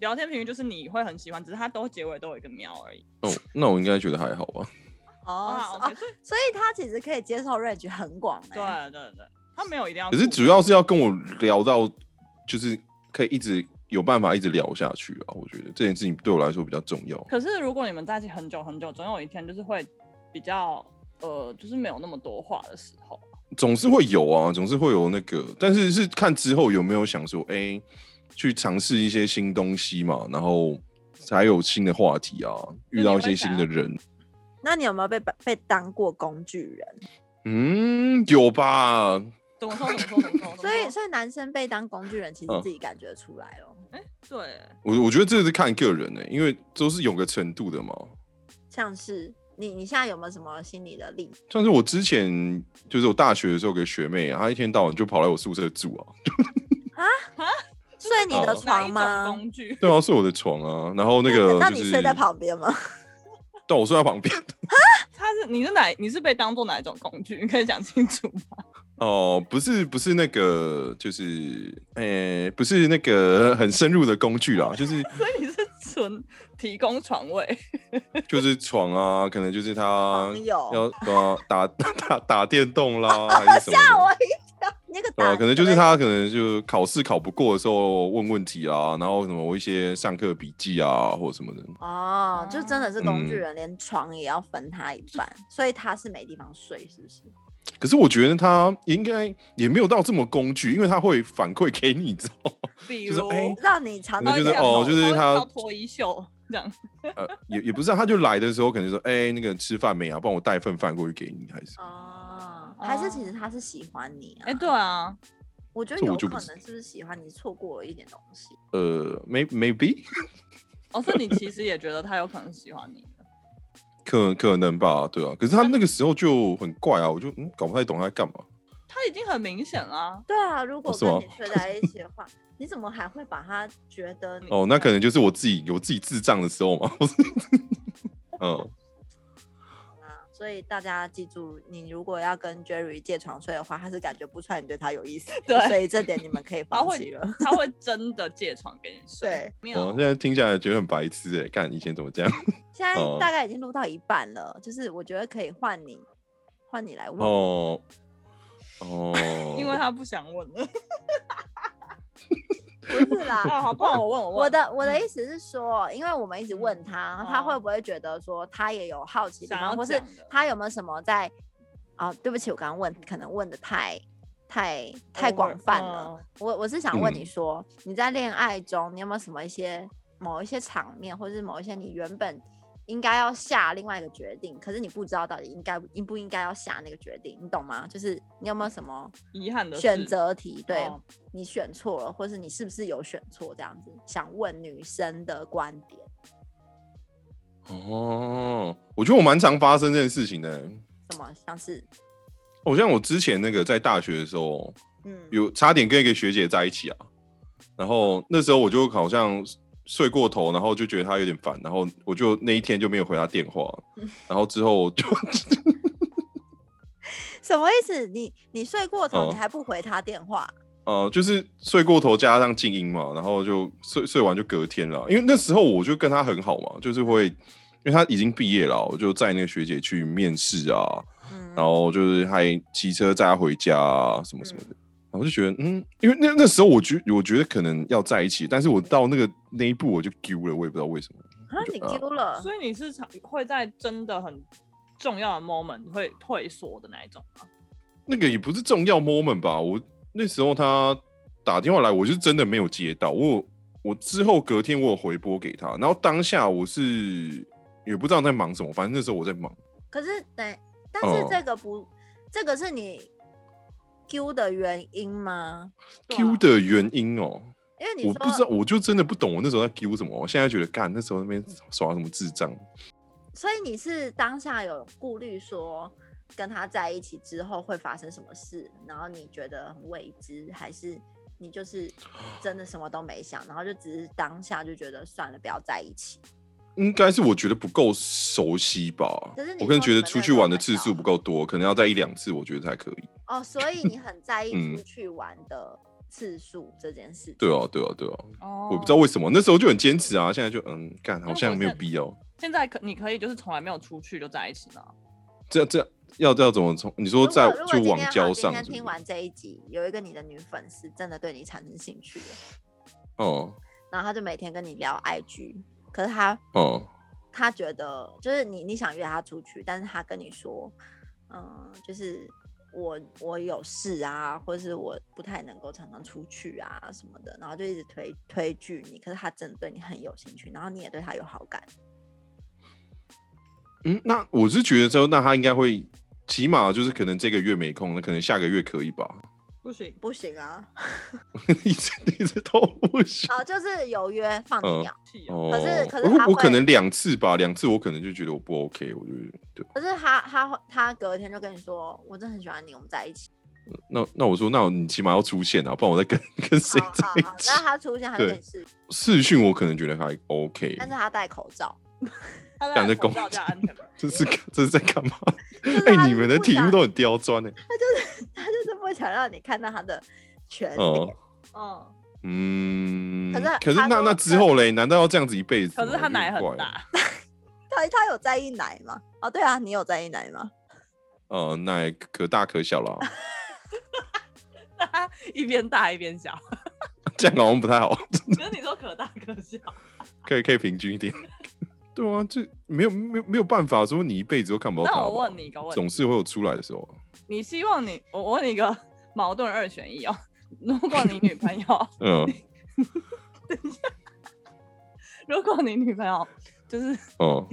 Speaker 2: 聊天频率就是你会很喜欢，只是他都结尾都有一个喵而已。
Speaker 3: 哦，那我应该觉得还好吧。
Speaker 1: 哦
Speaker 2: 啊
Speaker 1: 是哦
Speaker 2: ，OK，所以
Speaker 1: 所以他其实可以接受 range 很广欸。
Speaker 2: 对对对，他没有一定要
Speaker 3: 可
Speaker 2: 固定。
Speaker 3: 是主要是要跟我聊到，就是可以一直有办法一直聊下去啊。我觉得这件事情对我来说比较重要。
Speaker 2: 可是如果你们在一起很久很久，总有一天就是会比较呃，就是没有那么多话的时候。
Speaker 3: 总是会有啊，总是会有那个，但是是看之后有没有想说，哎、去尝试一些新东西嘛，然后才有新的话题啊，
Speaker 2: 那
Speaker 3: 遇到
Speaker 2: 你
Speaker 3: 一些
Speaker 2: 会
Speaker 3: 新
Speaker 2: 想
Speaker 3: 的
Speaker 2: 要
Speaker 3: 人，
Speaker 1: 那你有没有被被当过工具人？
Speaker 3: 嗯，有吧？
Speaker 2: 怎么说怎么说怎么说？
Speaker 1: 所以
Speaker 2: 怎
Speaker 1: 所以男生被当工具人，其实
Speaker 3: 嗯
Speaker 1: 自己感觉出来哦。
Speaker 2: 么说对，
Speaker 3: 我我觉得这是看个人呢、欸因为都是有个程度的嘛。
Speaker 1: 像是你你现在有没有什么心理的例子？
Speaker 3: 像是我之前就是我大学的时候，有个学妹、啊，她一天到晚就跑来我宿舍住啊，
Speaker 1: 睡你的
Speaker 3: 哦
Speaker 1: 床
Speaker 2: 哪一种
Speaker 1: 吗？
Speaker 2: 工具？
Speaker 3: 对啊，睡我的床啊，然后那个、就 是，
Speaker 1: 那你睡在，旁边吗？
Speaker 3: 但我睡在旁边，
Speaker 2: 他是你是哪？你是被当做哪一种工具？你可以讲清楚吗？
Speaker 3: 哦，不是不是那个，就是呃、不是那个很深入的工具啦，就是
Speaker 2: 所以你是纯提供床位，
Speaker 3: 就是床啊，可能就是他
Speaker 1: 朋友
Speaker 3: 要啊打 打打电动啦，还是什
Speaker 1: 吓
Speaker 3: 么
Speaker 1: 我
Speaker 3: 的。
Speaker 1: 一跳！那个
Speaker 3: 对
Speaker 1: 打
Speaker 3: 啊，可能就是
Speaker 1: 以
Speaker 3: 他可能就考试考不过的时候问问题啊，然后什么一些上课笔记啊或什么的。
Speaker 1: 哦，就真的是工具
Speaker 3: 嗯
Speaker 1: 人，连床也要分他一半，所以他是没地方睡，是不是？
Speaker 3: 可是我觉得他应该也没有到这么工具，因为他会反馈给你，你知道吗？
Speaker 2: 比
Speaker 3: 就是
Speaker 2: 如
Speaker 3: 哎
Speaker 1: 让你尝
Speaker 3: 可能
Speaker 1: 到
Speaker 2: 到
Speaker 3: 就
Speaker 1: 一
Speaker 2: 一
Speaker 3: 是
Speaker 1: 点痛
Speaker 2: 条狗
Speaker 3: 哦就是
Speaker 2: 它会
Speaker 3: 它
Speaker 2: 跳脱衣袖这样，
Speaker 3: 呃，也也不是、啊，他就来的时候可能说，哎、那个吃饭没啊？帮我带份饭过去给你，还是
Speaker 1: 哦，还是其实他是喜欢你啊？
Speaker 2: 哎、对，啊，
Speaker 1: 我觉得
Speaker 3: 这我
Speaker 1: 有
Speaker 3: 就
Speaker 1: 可
Speaker 3: 不
Speaker 1: 能
Speaker 3: 知
Speaker 1: 是不是喜欢你错过了一点东西？
Speaker 3: 呃，may maybe
Speaker 2: 哦，所以你其实也觉得他有可能喜欢你的，
Speaker 3: 可可能吧，对啊。可是他那个时候就很怪啊，我就嗯搞不太懂他在干嘛。
Speaker 2: 他已经很明显啦，
Speaker 1: 对啊，如果
Speaker 3: 哦是
Speaker 1: 跟
Speaker 3: 吗
Speaker 1: 你睡在一起的话，你怎么还会把他觉得
Speaker 2: 嗯
Speaker 1: 你啊
Speaker 3: 哦，那可能就是我自己有自己智障的时候嘛。 嗯，
Speaker 1: 啊？所以大家记住，你如果要跟 Jerry 借床睡的话，他是感觉不出来你对他有意思的，
Speaker 2: 对
Speaker 1: 所以这点你们可以
Speaker 2: 他
Speaker 1: 放
Speaker 2: 会
Speaker 1: 弃了。
Speaker 2: 他会真的借床给你睡
Speaker 1: 对，
Speaker 2: 没
Speaker 3: 哦，
Speaker 2: 有
Speaker 3: 现，在听下来觉得很白痴哎、欸，看以前怎么这样。
Speaker 1: 现在
Speaker 3: 哦
Speaker 1: 大概已经录到一半了，就是我觉得可以换你，换你来问。
Speaker 3: 哦哦，
Speaker 2: 嗯因为他不想问 了，
Speaker 1: 不是啦，
Speaker 2: 啊，好，不然我问我问
Speaker 1: 我的我的意思是说，因为我们一直问他，
Speaker 2: 嗯
Speaker 1: 他会
Speaker 2: 哦
Speaker 1: 不会觉得说他也有好奇的地
Speaker 2: 想
Speaker 1: 方，
Speaker 2: 要
Speaker 1: 或是
Speaker 2: 讲的
Speaker 1: 他有没有什么在？啊、对不起，我刚刚问，可能问的太太太
Speaker 2: Over，
Speaker 1: 广泛了。
Speaker 2: 嗯
Speaker 1: 我我是想问你
Speaker 3: 嗯
Speaker 1: 说，你在恋爱中，你有没有什么一些某一些场面，或是某一些你原本应该要下另外一个决定，可是你不知道到底应该应不应该要下那个决定，你懂吗？就是你有没有什么
Speaker 2: 遗憾的
Speaker 1: 选
Speaker 2: 是
Speaker 1: 择题，对、
Speaker 2: 哦
Speaker 1: 你选错了，或是你是不是有选错这样子？想问女生的观点，
Speaker 3: 哦，我觉得我蛮常发生这件事情的欸、
Speaker 1: 什么像是
Speaker 3: 好像我之前那个在大学的时候，
Speaker 1: 嗯，
Speaker 3: 有差点跟一个学姐在一起啊，然后那时候我就好像睡过头，然后就觉得她有点烦，然后我就那一天就没有回她电话，然后之后我就
Speaker 1: 什么意思？你你睡过头，
Speaker 3: 哦
Speaker 1: 你还不回他电话？
Speaker 3: 呃就是睡过头加上静音嘛，然后就睡睡完就隔天了，因为那时候我就跟她很好嘛，就是会因为她已经毕业了，我就载那个学姐去面试啊，
Speaker 1: 嗯，
Speaker 3: 然后就是还骑车载她回家啊，什么什么的。然后就觉得，嗯，因为那那时候我觉我觉得可能要在一起，但是我到那个那一步我就丢了，我也不知道为什么。
Speaker 1: 啊，你 Q 了，
Speaker 2: 所以你是常会在真的很重要的 moment 会退缩的那一种吗？
Speaker 3: 那个也不是重要 moment 吧？我那时候他打电话来，我是真的没有接到。我有我之后隔天我有回拨给他，然后当下我是也不知道在忙什么，反正那时候我在忙。
Speaker 1: 可是等，但是
Speaker 3: 哦
Speaker 1: 这个不，这个是你 Q 的原因吗？
Speaker 2: 对啊
Speaker 3: Q 的原因哦，
Speaker 1: 因为你
Speaker 3: 我
Speaker 1: 说
Speaker 3: 不知道，我就真的不懂我那时候在 Q 什么。我现在觉得干那时候那边耍什么智障。
Speaker 1: 所以你是当下有顾虑说跟他在一起之后会发生什么事，然后你觉得很未知，还是你就是真的什么都没想，然后就只是当下就觉得算了，不要在一起。
Speaker 3: 应该是我觉得不够熟悉吧
Speaker 1: 可是，你
Speaker 3: 我可能
Speaker 1: 说
Speaker 3: 觉
Speaker 1: 你
Speaker 3: 得
Speaker 1: 们
Speaker 3: 出
Speaker 1: 那
Speaker 3: 去
Speaker 1: 时候
Speaker 3: 玩的
Speaker 1: 很
Speaker 3: 次
Speaker 1: 小
Speaker 3: 数不够多，可能要在一两次，我觉得才可以。
Speaker 1: 哦，所以你很在意
Speaker 3: 嗯
Speaker 1: 出去玩的次数这件事情。
Speaker 3: 对啊，对啊，对啊，
Speaker 2: 哦
Speaker 3: 我不知道为什么那时候就很坚持啊，现在就嗯，干好
Speaker 2: 但
Speaker 3: 像
Speaker 2: 我
Speaker 3: 没有
Speaker 2: 现
Speaker 3: 必要。
Speaker 2: 现在可你可以就是从来没有出去就在一起了，
Speaker 3: 这这要要怎么从？你说
Speaker 1: 如
Speaker 3: 在
Speaker 1: 果如果
Speaker 3: 就
Speaker 1: 今
Speaker 3: 网
Speaker 1: 天
Speaker 3: 交
Speaker 1: 好
Speaker 3: 上
Speaker 1: 今天
Speaker 3: 是不
Speaker 1: 听
Speaker 3: 是
Speaker 1: 完这一集，有一个你的女粉丝真的对你产生兴趣了，
Speaker 3: 哦
Speaker 1: 然后她就每天跟你聊 IG，可是她
Speaker 3: 哦
Speaker 1: 他觉得就是你你想约他出去，但是他跟你说，嗯、就是我我有事啊，或是我不太能够常常出去啊什么的，然后就一直推推拒你。可是他真的对你很有兴趣，然后你也对他有好感。
Speaker 3: 嗯，那我是觉得之后，那他应该会起码就是可能这个月没空，那可能下个月可以吧？
Speaker 2: 不行，
Speaker 1: 不行啊，
Speaker 3: 一直一直都不行。
Speaker 1: 啊、就是有约放
Speaker 3: 嗯
Speaker 1: 你鸟，
Speaker 2: 气哦，
Speaker 3: 哦，
Speaker 1: 可是可是他
Speaker 3: 我我可
Speaker 1: 会
Speaker 3: 能两次吧，两次我可能就觉得我不 OK，我就对。
Speaker 1: 可是他他他隔天就跟你说，我真的很喜欢你，我们在一起。
Speaker 3: 那那我说，那你起码要出现啊，不然我再跟跟谁
Speaker 1: 好
Speaker 3: 在
Speaker 1: 好
Speaker 3: 一
Speaker 1: 好，
Speaker 3: 起
Speaker 1: 那？他出现还是
Speaker 3: 对
Speaker 1: 你是，
Speaker 3: 视讯我可能觉得还 OK，
Speaker 1: 但是他戴口 罩。
Speaker 2: 他
Speaker 3: 讲
Speaker 2: 在
Speaker 3: 得
Speaker 2: 口
Speaker 3: 公
Speaker 2: 罩加安 全帽，
Speaker 3: 这是这是在干嘛？
Speaker 1: 就是
Speaker 3: 哎、
Speaker 1: 他
Speaker 3: 你
Speaker 1: 啊就
Speaker 3: 们
Speaker 1: 是
Speaker 3: 的
Speaker 1: 不
Speaker 3: 题目
Speaker 1: 想
Speaker 3: 都很刁钻呢、欸
Speaker 1: 他就是他就是不想让你看到他的全脸。
Speaker 3: 哦、
Speaker 2: 嗯，
Speaker 3: 嗯，
Speaker 1: 可是
Speaker 3: 可是
Speaker 1: 他
Speaker 3: 那
Speaker 1: 说
Speaker 3: 那之后嘞？难道要这样子一辈子吗？
Speaker 2: 可是他奶
Speaker 3: 有
Speaker 2: 很
Speaker 3: 点怪
Speaker 2: 大，
Speaker 1: 他他有在意奶吗？哦，对啊，你有在意奶吗？
Speaker 3: 呃，奶可大可小哦啦，
Speaker 2: 他一边大一边小。
Speaker 3: 这样好像不太好。
Speaker 2: 可是你说可大可 小，
Speaker 3: 可以可以平均一点。 对啊，这没有没有没有办法说你一辈子都看不到
Speaker 2: 那
Speaker 3: 他。
Speaker 2: 我问，你一个问题，
Speaker 3: 总是会有出来的时候。啊
Speaker 2: 你希望你我我问你一个 矛盾二选一哦，如果你女朋友，
Speaker 3: 嗯
Speaker 2: 如果你女朋友就是
Speaker 3: 哦，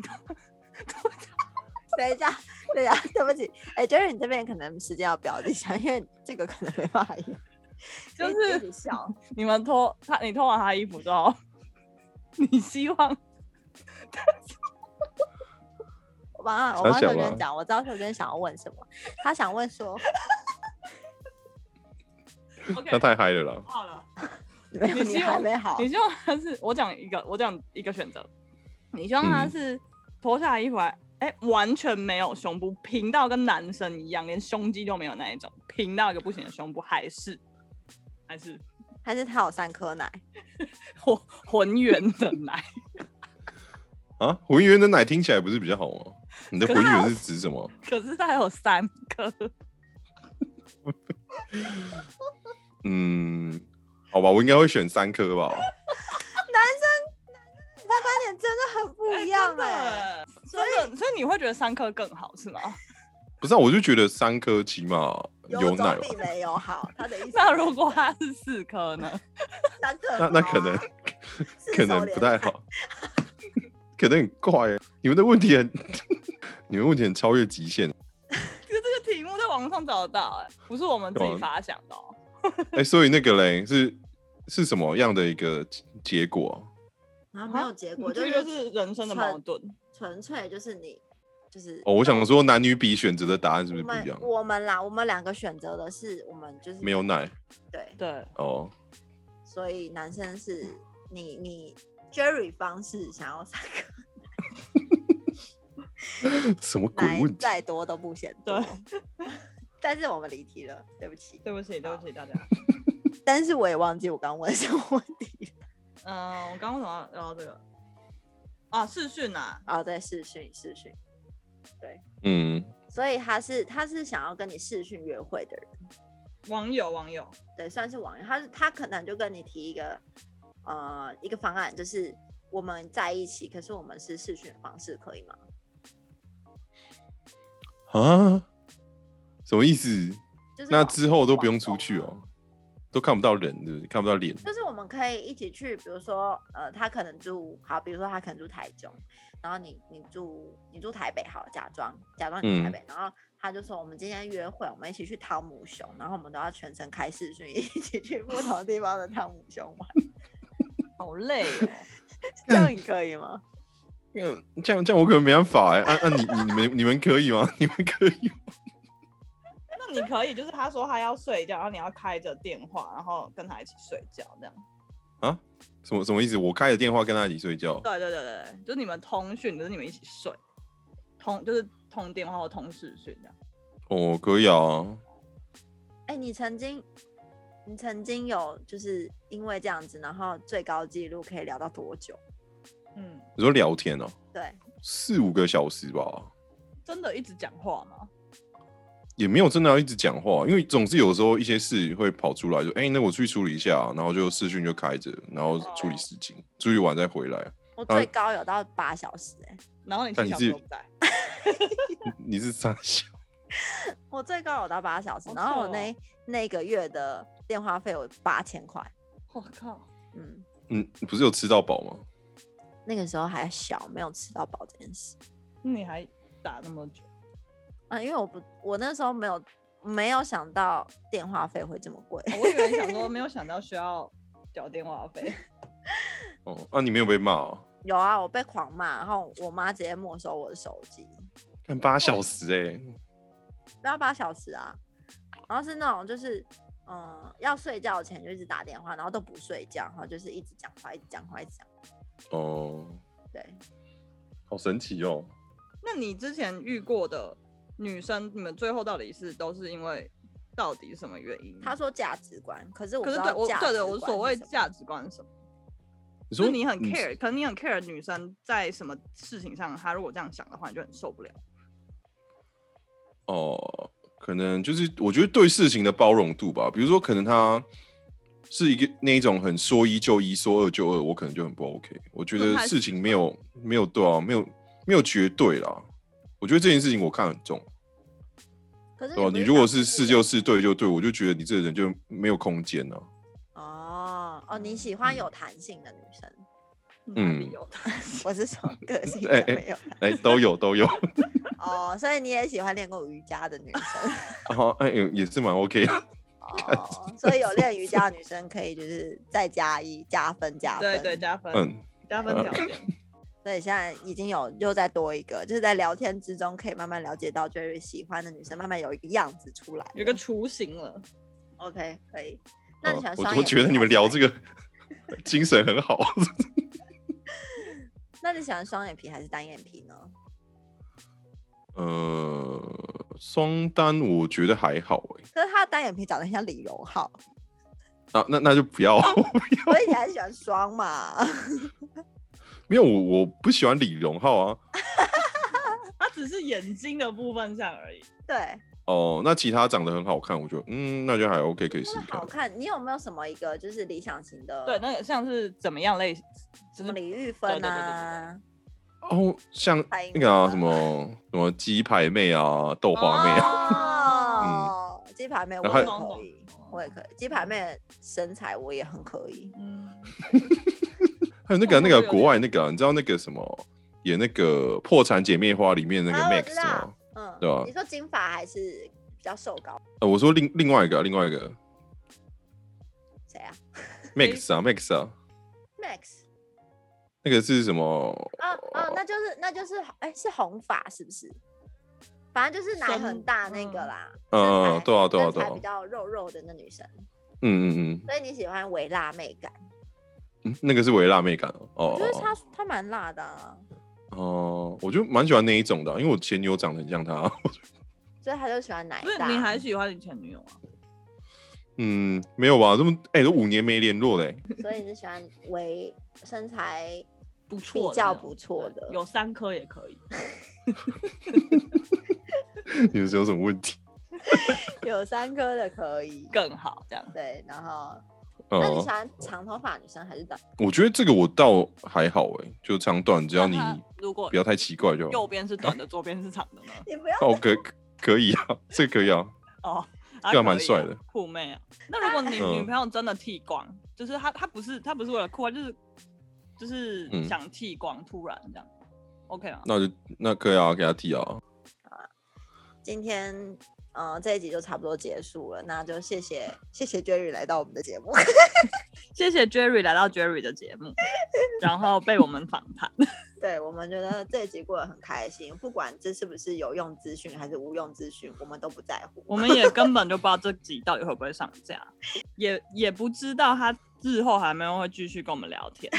Speaker 1: 等一下，等一下， 对不起，哎、就是你这边可能时间要标一下，因为这个可能没办法用，
Speaker 2: 就
Speaker 3: 哎
Speaker 1: 一直
Speaker 2: 是
Speaker 1: 一直笑。
Speaker 2: 你们脱他，你脱完他衣服之后，你希望
Speaker 1: 我帮他，我
Speaker 3: 想
Speaker 1: 帮秀
Speaker 3: 想
Speaker 1: 娟
Speaker 3: 吧
Speaker 1: 讲，我知道秀娟想要问什么，她想问说，
Speaker 3: 那
Speaker 2: OK
Speaker 3: 太嗨了啦。
Speaker 2: 好了，
Speaker 1: 没有，
Speaker 2: 你希
Speaker 1: 你还
Speaker 2: 望
Speaker 1: 没好
Speaker 2: 你，希望他是我讲一个，我讲一个选择，你希望他
Speaker 3: 嗯
Speaker 2: 是脱下衣服来，哎、完全没有胸部，平到跟男生一样，连胸肌都没有那一种，平到一个不行的胸部，还是还是
Speaker 1: 还是她有三颗奶？
Speaker 2: 浑浑圆的奶，
Speaker 3: 啊，浑圆的奶听起来不是比较好吗？你的
Speaker 2: 可
Speaker 3: 浑
Speaker 2: 是
Speaker 3: 圆是指什么？
Speaker 2: 可是他有三颗，
Speaker 3: 嗯，好吧，我应该会选三颗吧。
Speaker 1: 他发现真的很不一样哎、
Speaker 2: 欸所以所以你会觉得三颗更好是吗？
Speaker 3: 不是、啊，我就觉得三颗起码有奶
Speaker 1: 总
Speaker 3: 吧
Speaker 1: 比。没有好。他的意思，
Speaker 2: 那如果他是四颗呢？
Speaker 1: 三颗、啊
Speaker 3: 那那可能
Speaker 1: 哦四
Speaker 3: 可
Speaker 1: 手
Speaker 3: 能
Speaker 1: 连
Speaker 3: 不太好， 可能很怪、欸。你们的问题很， 你们问题很超越极限。
Speaker 2: 就 这个题目在网上找得到、哎，不是我们自己
Speaker 3: 对啊
Speaker 2: 发想的、哦。
Speaker 3: 哎、所以那个嘞是是什么样的一个结结果啊、
Speaker 1: 然后没有结果，
Speaker 2: 这个就是人生的矛
Speaker 1: 纯
Speaker 2: 盾。
Speaker 1: 纯粹就是你就是
Speaker 3: 哦，我想说男女比选择的答案是不
Speaker 1: 我
Speaker 3: 是不一
Speaker 1: 们
Speaker 3: 样？
Speaker 1: 我们啦，我们两个选择的是我们就是
Speaker 3: 没有奶
Speaker 1: 对，
Speaker 2: 对，
Speaker 3: 哦，
Speaker 1: 所以男生是你你 Jerry 方式想要三个
Speaker 3: 什么鬼
Speaker 1: 奶
Speaker 3: 问题？
Speaker 1: 再多都不嫌多
Speaker 2: 对。
Speaker 1: 但是我们离题了，对不起。
Speaker 2: 对不起，对不起大家。
Speaker 1: 但是我也忘记我刚问什么问题了。
Speaker 2: 嗯、我刚刚为什么要聊到这个？啊，视讯啊，
Speaker 1: 哦，对，视讯视讯，
Speaker 3: 嗯，
Speaker 1: 所以他是他是想要跟你视讯约会的人。
Speaker 2: 网友网友，
Speaker 1: 对，算是网友，他是他可能就跟你提一个呃一个方案，就是我们在一起，可是我们是视讯方式，可以吗？
Speaker 3: 啊，什么意思？
Speaker 1: 就是
Speaker 3: 那
Speaker 1: 网
Speaker 3: 之后都不用出
Speaker 1: 网
Speaker 3: 去
Speaker 1: 友
Speaker 3: 哦，都看不到人，对不对？看不到脸。
Speaker 1: 就是我们可以一起去，比如说呃，他可能住好，比如说他可能住台中，然后你你住你住台北好，假装假装你住台
Speaker 3: 嗯
Speaker 1: 北，然后他就说我们今天约会，我们一起去汤姆熊，然后我们都要全程开视讯， 一起去不同地方的汤姆熊 玩，
Speaker 2: 好累哦。
Speaker 1: 这样你可以吗？
Speaker 3: 嗯，这样这样我可能没办法哎、啊啊，你你你们你们可以吗？ 你们可以吗？
Speaker 2: 那你可以，就是他说他要睡觉，然后你要开着电话，然后跟他一起睡觉，这样。
Speaker 3: 什么什么意思？我开着电话跟他一起睡觉，
Speaker 1: 啊
Speaker 2: 对对对对对，就是你们通讯，就是你们一起睡，通就是通电话或通视讯这样。
Speaker 3: 哦，可以啊。
Speaker 1: 哎、你曾经，你曾经有就是因为这样子，然后最高纪录可以聊到多久？
Speaker 2: 嗯，
Speaker 3: 你说聊天哦、
Speaker 1: 对，
Speaker 3: 四五个小时吧，
Speaker 2: 真的一直讲话吗？
Speaker 3: 也没有真的要一直讲话，因为总是有时候一些事会跑出来，就哎、那我出去处理一下，然后就视讯就开着，然后
Speaker 1: 哦
Speaker 3: 处理事情，处理完再回来。
Speaker 1: 我
Speaker 3: 啊
Speaker 1: 最高有到八小时、欸，
Speaker 2: 然后你
Speaker 3: 但
Speaker 2: 七
Speaker 3: 你
Speaker 2: 小时
Speaker 3: 是
Speaker 2: 都不在，
Speaker 3: 你是傻笑？
Speaker 1: 我最高有到八小时，
Speaker 2: 好
Speaker 1: 然后我
Speaker 2: 扯哦
Speaker 1: 那那个月的电话费我八千块，
Speaker 2: 我靠！
Speaker 1: 嗯，
Speaker 3: 嗯，不是有吃到饱吗？
Speaker 1: 那个时候还小，没有吃到饱这件事
Speaker 2: 那你还打那么久？
Speaker 1: 啊，因为我不，我那时候没有没有想到电话费会这么贵，
Speaker 2: 我以为想说没有想到需要缴电话费，
Speaker 3: 哦，啊，你没有被骂、啊，
Speaker 1: 有啊，我被狂骂，然后我妈直接没收我的手机，
Speaker 3: 看八小时哎、
Speaker 1: 不要八小时啊。然后是那种就是，嗯，要睡觉前就一直打电话，然后都不睡觉，然后就是一直讲话，一直讲话，一直讲话。
Speaker 3: 哦，
Speaker 1: 对，
Speaker 2: 嗯
Speaker 3: 好神奇哦。
Speaker 2: 那你之前遇过的女生，你们最后到底是都是因为到底什么原因？
Speaker 1: 他说价值观，可是我不
Speaker 2: 可是
Speaker 1: 知
Speaker 2: 对
Speaker 1: 道
Speaker 2: 我
Speaker 1: 价
Speaker 2: 对对，
Speaker 1: 值
Speaker 2: 我
Speaker 1: 观
Speaker 2: 所
Speaker 1: 是
Speaker 2: 谓
Speaker 1: 什么
Speaker 2: 价值观是什么？就
Speaker 3: 你说
Speaker 2: 是你很
Speaker 3: 嗯
Speaker 2: care，可能你很 care 女生在什么事情上，她如果这样想的话，你就很受不了。
Speaker 3: 哦，可能就是我觉得对事情的包容度吧，比如说可能他是一个那一种很说一就一，说二就二，我可能就很不 OK。我觉
Speaker 2: 不
Speaker 3: 得
Speaker 2: 太
Speaker 3: 事情没有没有对啊，没有没有绝对啦。我觉得这件事情我看很重，
Speaker 1: 可是
Speaker 3: 对吧、啊
Speaker 1: 不
Speaker 3: 你如果
Speaker 1: 想
Speaker 3: 是
Speaker 1: 自
Speaker 3: 是
Speaker 1: 己
Speaker 3: 就
Speaker 1: 的
Speaker 3: 是，对就对，我就觉得你这个人就没有空间啊。
Speaker 1: 哦哦，你喜欢有弹性的女生，
Speaker 2: 哪里
Speaker 3: 嗯
Speaker 2: 有的，
Speaker 1: 我是说个性
Speaker 3: 哎
Speaker 1: 上
Speaker 3: 哎
Speaker 1: 没有
Speaker 3: 哎、都有都有，
Speaker 1: 哦，所以你也喜欢练过瑜伽的女 生
Speaker 3: 好、哎、也是蛮 OK 的。
Speaker 1: 哦，所以有练瑜伽的女生可以就是再加一加分加分，
Speaker 2: 对对，加分，
Speaker 3: 嗯，
Speaker 2: 加分条件。
Speaker 1: 所以现在已经有又再多一个，就是在聊天之中可以慢慢了解到 Jerry 喜欢的女生，慢慢有一个样子出来了。
Speaker 2: 有个雏形了，
Speaker 1: OK 可以，那你喜
Speaker 3: 哦
Speaker 1: 欢
Speaker 3: 我
Speaker 1: 双
Speaker 3: 都
Speaker 1: 眼
Speaker 3: 觉得
Speaker 1: 皮
Speaker 3: 你
Speaker 1: 还
Speaker 3: 们
Speaker 1: 是
Speaker 3: 聊
Speaker 1: 白
Speaker 3: 这个 精神很好。
Speaker 1: 那你喜欢双眼皮还是单眼皮呢？
Speaker 3: 呃，双单我觉得还好哎、
Speaker 1: 可是他的单眼皮长得很像李荣浩，
Speaker 3: 啊，那那就不要，
Speaker 1: 所以你还是喜欢双嘛？
Speaker 3: 没有我我不喜欢李荣浩啊。
Speaker 2: 它只是眼睛的部分上而已。
Speaker 1: 对，
Speaker 3: 哦，那其他长得很好看，我觉得嗯，那就还 OK，可以试
Speaker 1: 真的
Speaker 3: 试看
Speaker 1: 好。看。你有没有什么一个就是理想型的？
Speaker 2: 对，那个像是怎么样类型，
Speaker 1: 什
Speaker 2: 就
Speaker 1: 么
Speaker 2: 是
Speaker 1: 李玉芬啊，
Speaker 3: 哦，像
Speaker 1: 蔡英
Speaker 3: 那个啊、
Speaker 1: 文啊
Speaker 3: 什么什么鸡排妹啊，豆花妹啊，
Speaker 1: 哦，鸡排妹我
Speaker 3: 嗯然后
Speaker 1: 也
Speaker 2: 还
Speaker 1: 可以，我也可以。鸡排妹的身材我也很可以。
Speaker 2: 嗯，
Speaker 3: 还有那个啊、
Speaker 2: 哦
Speaker 3: 那个
Speaker 2: 对
Speaker 3: 啊
Speaker 2: 对
Speaker 3: 国外那个啊、你知道那个什么演那个《破产姐妹花》里面那个
Speaker 1: 啊我
Speaker 3: Max
Speaker 1: 知
Speaker 3: 吗
Speaker 1: 道？嗯，
Speaker 3: 对啊
Speaker 1: 你说金发还是比较瘦高？
Speaker 3: 呃，我说另另外一个啊、另外一个
Speaker 1: 谁啊
Speaker 3: Max 啊 Max 啊，
Speaker 1: ？Max。
Speaker 3: 那个是什么？
Speaker 1: 哦哦，那就是那就是哎，是红发是不是？反正就是奶很
Speaker 2: 深
Speaker 1: 大那个啦，
Speaker 3: 嗯
Speaker 1: 身
Speaker 3: 嗯，
Speaker 1: 材
Speaker 3: 对啊对啊
Speaker 1: 身
Speaker 3: 对
Speaker 1: 材
Speaker 3: 啊
Speaker 1: 比，较肉肉的那女生，
Speaker 3: 嗯嗯嗯
Speaker 1: 所以你喜欢微辣妹感？
Speaker 3: 嗯，那个是微辣妹感哦哦。
Speaker 1: 我觉得
Speaker 3: 哦
Speaker 1: 她她蛮辣的啊，
Speaker 3: 哦，我就蛮喜欢那一种的啊，因为我前女友长得很像她。啊
Speaker 1: 所以她就喜欢奶
Speaker 2: 不是
Speaker 1: 大。
Speaker 2: 你还喜欢你前女友啊？
Speaker 3: 嗯，没有吧？这么哎、都五年没联络嘞、
Speaker 1: 所以你是喜欢微身材
Speaker 2: 不
Speaker 1: 比
Speaker 2: 错的那
Speaker 1: 较
Speaker 2: 种，
Speaker 1: 不错的
Speaker 2: 对，有三颗也可以。
Speaker 3: 你们是有什么问题？
Speaker 1: 有三颗的可以。
Speaker 2: 更好这样。
Speaker 1: 对，然后那你喜
Speaker 3: 哦、
Speaker 1: 欢长头发女生还是短？
Speaker 3: 我觉得这个我倒还好哎、就长短，只要你
Speaker 1: 呃
Speaker 2: 那它如果
Speaker 3: 不要太奇怪就
Speaker 2: 右
Speaker 3: 好。
Speaker 2: 边是短的，左边是长的呢？
Speaker 1: 你不要
Speaker 3: 哦，可可以啊，这个可以啊。
Speaker 2: 哦，啊
Speaker 3: 这
Speaker 2: 可
Speaker 3: 样蛮
Speaker 2: 以啊
Speaker 3: 帅的
Speaker 2: 酷妹啊。那如果你
Speaker 3: 嗯
Speaker 2: 女朋友真的剃光，就是她她不是她不是为了酷啊，就是就是
Speaker 3: 嗯
Speaker 2: 想剃光，突然这样，OK 吗？
Speaker 3: 那就那可以啊，给他剃啊。
Speaker 1: 今天。呃，这一集就差不多结束了，那就谢谢谢谢 Jerry 来到我们的节目。
Speaker 2: 谢谢 Jerry 来到 Jerry 的节目，然后被我们访谈。
Speaker 1: 对我们觉得这一集过得很开心，不管这是不是有用资讯还是无用资讯，我们都不在乎。
Speaker 2: 我们也根本就不知道这集到底会不会上架，也也不知道他日后还有没有会继续跟我们聊天，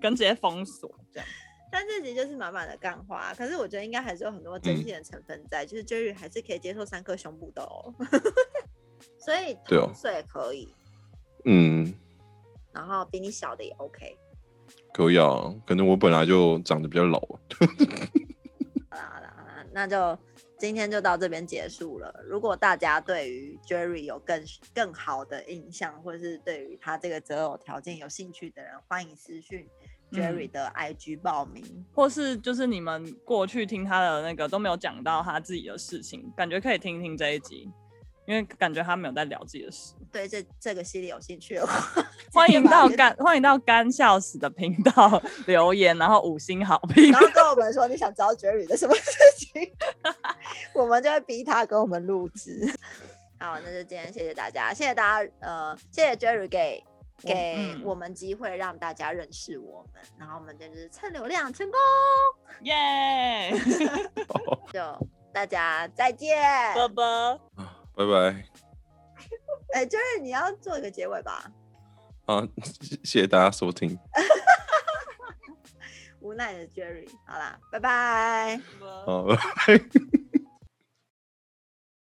Speaker 2: 跟直接封锁这样。
Speaker 1: 但这集就是满满的干话，可是我觉得应该还是有很多
Speaker 3: 嗯
Speaker 1: 真心的成分在，就是 Jerry 还是可以接受三颗胸部的哦。 所以
Speaker 3: 对哦
Speaker 1: 同岁可以，
Speaker 3: 嗯，
Speaker 1: 然后比你小的也 OK。
Speaker 3: 可以啊。可能我本来就长得比较老。
Speaker 1: 好啦好啦好啦，那就今天就到这边结束了。如果大家对于 Jerry 有更更好的印象，或者是对于他这个择偶条件有兴趣的人，欢迎私讯
Speaker 3: 嗯
Speaker 1: Jerry 的 IG 报名。
Speaker 2: 或是就是你们过去听他的那个都没有讲到他自己的事情，感觉可以听听这一集，因为感觉他没有在聊自己的事。
Speaker 1: 对这这个系列有兴趣的话，
Speaker 2: 欢迎到
Speaker 1: 直接把
Speaker 2: 干欢迎到干笑死的频道 留言，然后五星好 评
Speaker 1: 然。后跟我们说你想知道 Jerry 的什么事情，我们就会逼他跟我们录制。好，那就今天谢谢大家，谢谢大家，呃，谢谢 Jerry 给
Speaker 2: 我
Speaker 1: 给
Speaker 2: 嗯
Speaker 1: 我们机会让大家认识我们，然后我们就是蹭流量成功，
Speaker 2: 耶，
Speaker 1: 就大家再见。
Speaker 2: 拜拜。
Speaker 3: 拜拜
Speaker 1: 哎，Jerry 你要做一个结尾吧，
Speaker 3: 啊！谢谢大家收听，
Speaker 1: 无奈的 Jerry，好啦，拜拜。
Speaker 3: 好，拜拜。